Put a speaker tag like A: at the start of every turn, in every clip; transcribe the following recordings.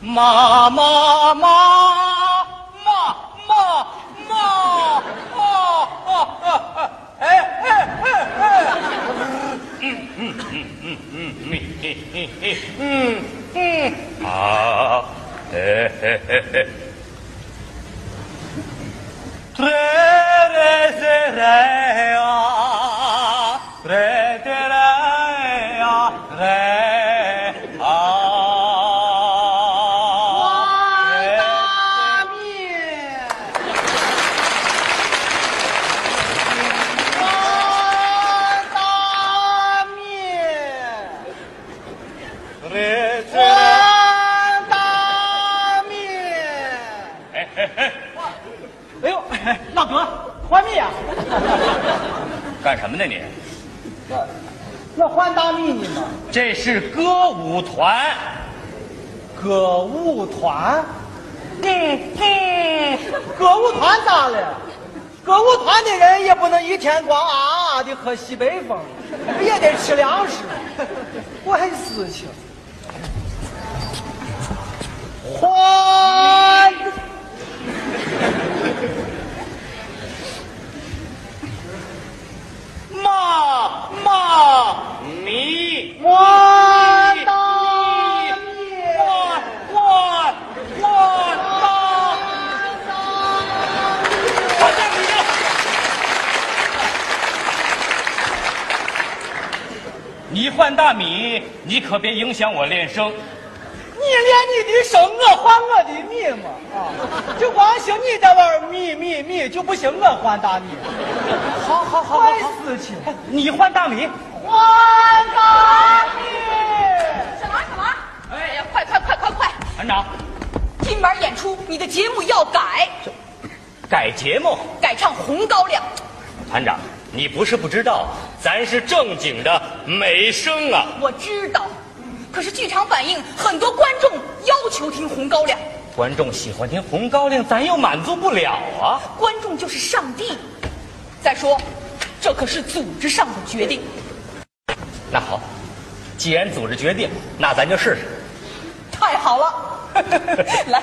A: 妈妈妈妈妈妈妈！哎哎哎哎！嗯嗯嗯
B: 啊，嘿嘿嘿嘿，
A: 嗯。
C: 大面，碗大面，碗大面。
A: 哎呦，老哥，换米啊！
B: 干什么呢你？
C: 那换大秘你吗？
B: 这是歌舞团，
C: 歌舞团，嗯嗯，歌舞团咋了？歌舞团的人也不能一天光啊啊的喝西北风，也得吃粮食。我还事情，换
B: 妈妈，你
C: 换大面，
B: 我我我妈。你换大米，你可别影响我练声。
C: 你连你的手，我换我的米嘛啊！就光行你在玩米米米就不行，我换大米。好好好，坏事情。
B: 你换大米，
C: 换大米，
D: 小王，小王，哎呀，快快快快快！
B: 团长
D: 今晚演出，你的节目要改，
B: 改节目。
D: 改唱《红高粱
B: 团长，你不是不知道，咱是正经的美声啊。》。
D: 我知道，可是剧场反映很多观众要求听《红高粱
B: 观众喜欢听红高粱，咱又满足不了啊。》，
D: 观众就是上帝。再说，这可是组织上的决定。
B: 那好，既然组织决定，那咱就试试。
D: 太好了， 来，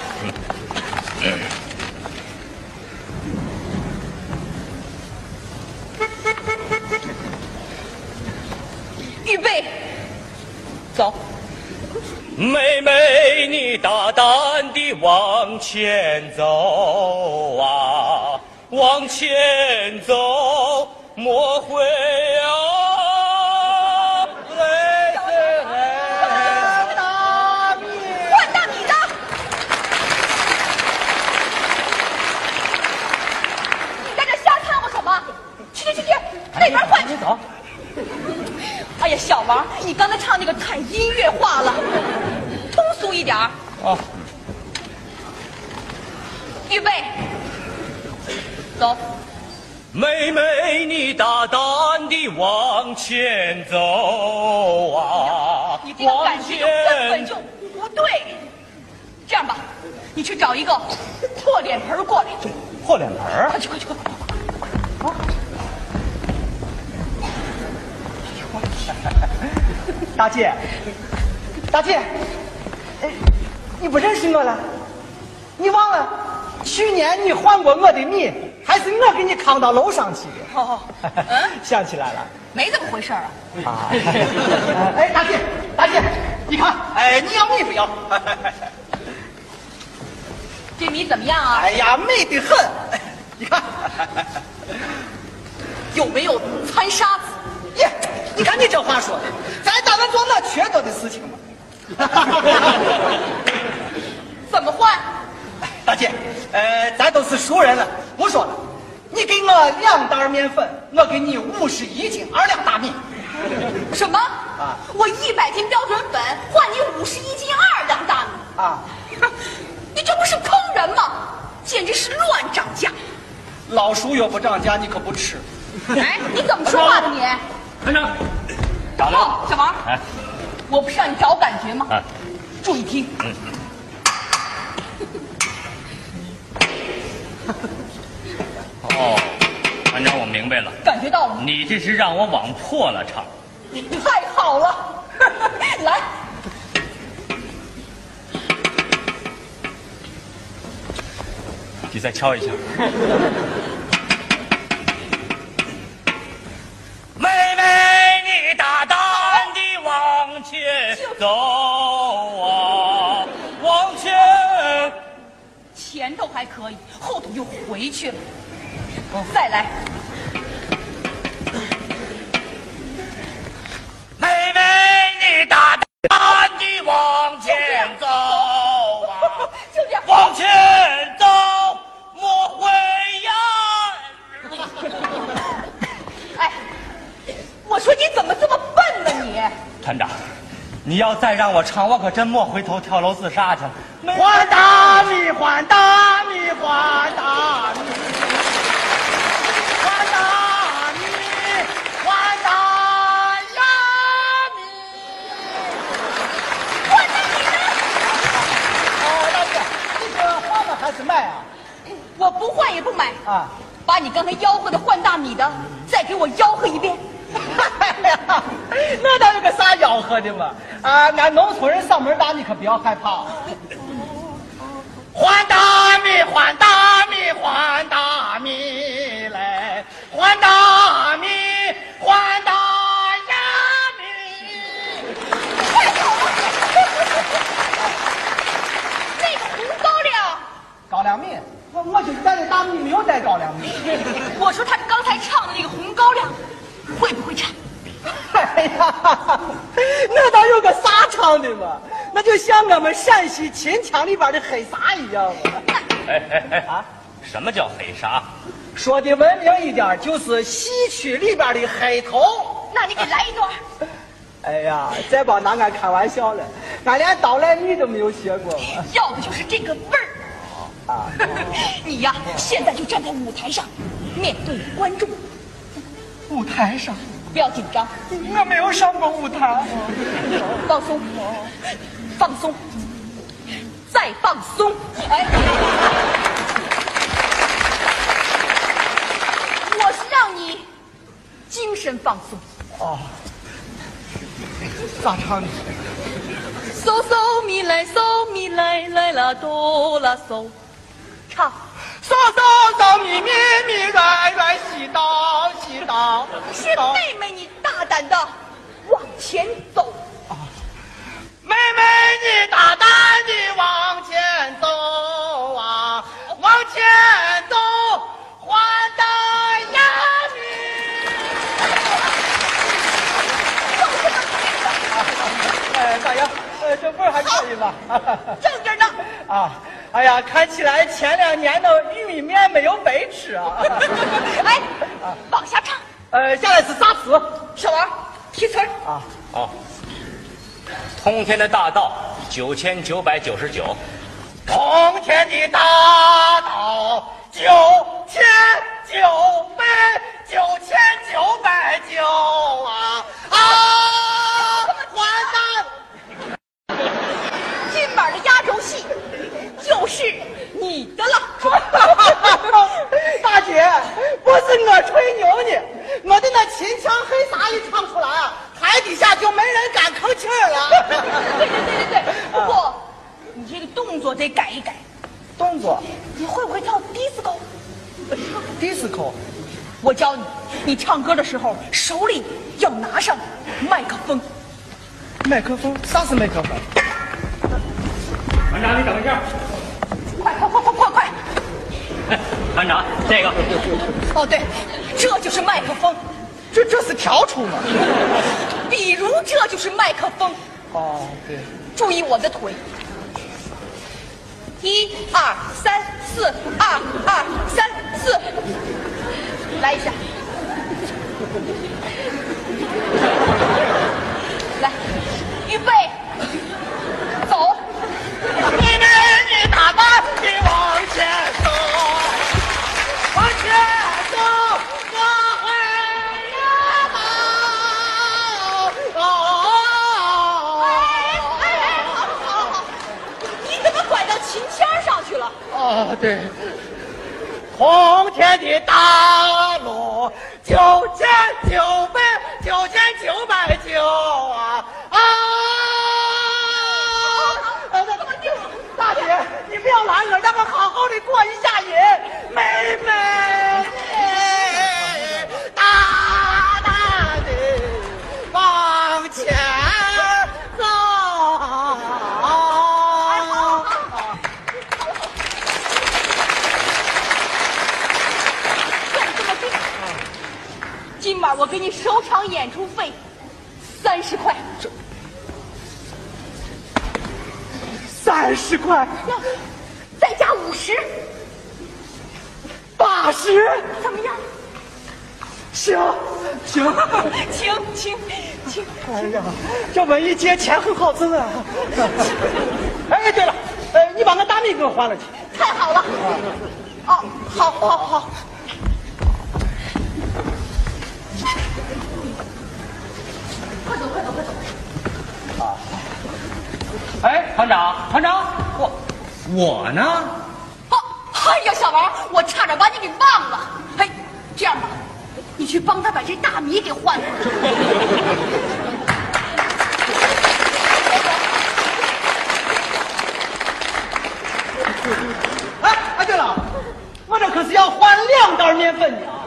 D: 预备，走。
B: 妹妹，你大胆地往前走啊，往前走，莫回啊！来来来，
C: 大米，
D: 换大米的，你在这瞎掺和什么？去去去去，那边换去。
B: 走。
D: 哎呀，小王，你刚才唱那个太音乐化了，通俗一点儿。
B: 哦，
D: 预备，走。
B: 妹妹，你大胆地往前走啊
D: 你，这个
B: 往
D: 感觉就根
B: 前
D: 本就不对。这样吧，你去找一个破脸盆儿过来，
B: 破脸盆儿。
D: 快去快去快去！
C: 大姐，大姐，哎，你不认识我了？你忘了去年你换过我的米，还是我给你扛到楼上去的？
D: 好好，
C: 想起来了。
D: 哦没怎么回事儿啊。
C: 哎，大姐，大姐，你看，哎，你要米不要？
D: 这米怎么样啊？
C: 哎呀，美得很！你看，
D: 有没有掺沙子？
C: 耶，你看你这话说的，咱打算做那缺德的事情嘛。
D: 怎么换？
C: 大姐，呃，咱都是熟人了，不说了。你给我两袋面粉，我给你五十一斤二两大米。
D: 什么？啊！我一百斤标准粉换你五十一斤二两大米
C: 啊！
D: 你这不是坑人吗？简直是乱涨价！
C: 老鼠药不涨价，你可不吃。
D: 哎，你怎么说话的你？
B: 团长，找
D: 哦，小王，
B: 哎，
D: 我不是让你找感觉吗？
B: 哎
D: 注意听。
B: 哦，团长，我明白了，
D: 感觉到了吗？
B: 你这是让我往破了唱。
D: 太好了，来，
B: 你再敲一 下。妹妹，你大胆地往前走啊，往前。
D: 前头还可以，后头又回去了。再来，
B: 妹妹，你大胆地往前走啊，
D: 就这样。
B: 往前走，莫回呀。
D: 哎，我说你怎么这么笨呢你？
B: 团长，你要再让我唱，我可真莫回头跳楼自杀去了。
C: 还大米，还大米，还大米，还大米，还大呀米。哦，大姐，这个花呢还是卖啊？
D: 我不换也不买，
C: 啊，
D: 把你刚才吆喝的换大米的，再给我吆喝 一遍。
C: 那倒有个啥吆喝的嘛？啊，俺农村人上门打你可不要害怕啊。还大米，还大米，还大米嘞！还大米，还大呀米！
D: 那个红高粱，
C: 高粱米，我我就带的大米，没有带高粱米。
D: 我说他刚才唱的那个红高粱，会不会唱？
C: 哎呀， 那倒有个啥唱的嘛？那就像我们陕西秦腔里边的黑啥一样嘛。
B: 哎哎哎，
C: 啊，
B: 什么叫黑啥？
C: 说的文明一点，就是戏曲里边的黑头。
D: 那你给来一段。
C: 哎呀，再别拿俺开玩笑了，俺连刀来女都没有学过嘛。
D: 要的就是这个味儿。
C: 啊，
D: 你呀，现在就站在舞台上，面对观众，
C: 舞台上，
D: 不要紧张，
C: 我没有上过舞台。
D: 放松，放松，再放松。哎，我是让你精神放松，
C: 哦，咋唱的？
D: 嗦嗦咪来嗦咪来来啦哆啦嗦，唱。
C: 嗦嗦嗦咪咪咪软软西哆西哆
D: 是
C: 西哆。
D: 妹妹，你大胆的往前走，
C: 妹妹，你大胆地往前走啊，往前走，还大呀你！哎，大爷，呃，这味儿还可以吧？
D: 正着呢。
C: 啊，哎呀，看起来前两年的玉米面没有白吃 啊。
D: 哎，往下唱，
C: 呃，下来是啥词？
D: 小王提词儿。
C: 啊，
B: 哦，通天的大道九千九百九十九，
C: 通天的大道九千九百九千九百九啊啊！还
D: 今晚的压轴戏就是你的
C: 大
D: 了。！
C: 大姐，不是我吹牛呢，我的那秦腔黑啥一唱出来啊，台底下就没人敢吭气儿了。
D: 对对对对对，不过你这个动作得改一改。
C: 动作
D: 你会不会跳迪斯科？
C: ，disco，
D: 我教你，你唱歌的时候手里要拿上麦克风。
C: 麦克风，啥是麦克风？
B: 团长你等一下，
D: 快快快快快快！
B: 团长这个
D: 哦对，这就是麦克风。
C: 这这是调出吗？
D: 比如这就是麦克风，
C: 哦，对。
D: 注意我的腿。一二三四，二二三四，来一下。来，预备，走。
C: 妹妹，你大胆地往前走，往前走，我会呀跑。
D: 哎哎哎，好好好，你怎么拐到秦腔上去了？
C: 哦，对，通天的大路九千九百九千九百九啊哎啊！大姐，你不要唱完了，让我好好的过一下瘾，美美的，大大的往前走。
D: 算你这么定。今晚我给你首场演出费三十块，
C: 三十块，
D: 要再加五十，
C: 八十，
D: 怎么样？
C: 行行。
D: 请请请，
C: 哎呀，这文艺街钱很好挣啊！哎，对了，呃，你把那大米给我还了去。
D: 太好了！哦，好，好，好。
A: 哎，团长，团长，我我呢？
D: 哦，哎呀，小王，我差点把你给忘了。嘿，这样吧，你去帮他把这大米给换了。
C: 哎哎，对了，我这可是要换两袋面粉的啊！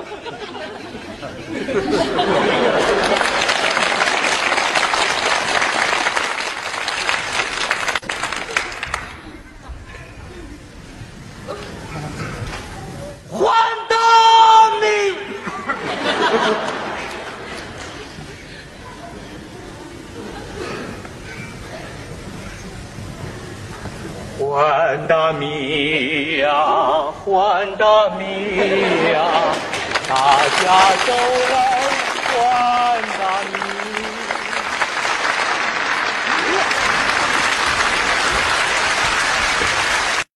C: 换大米。
B: 换大米呀，换大米呀，大家都来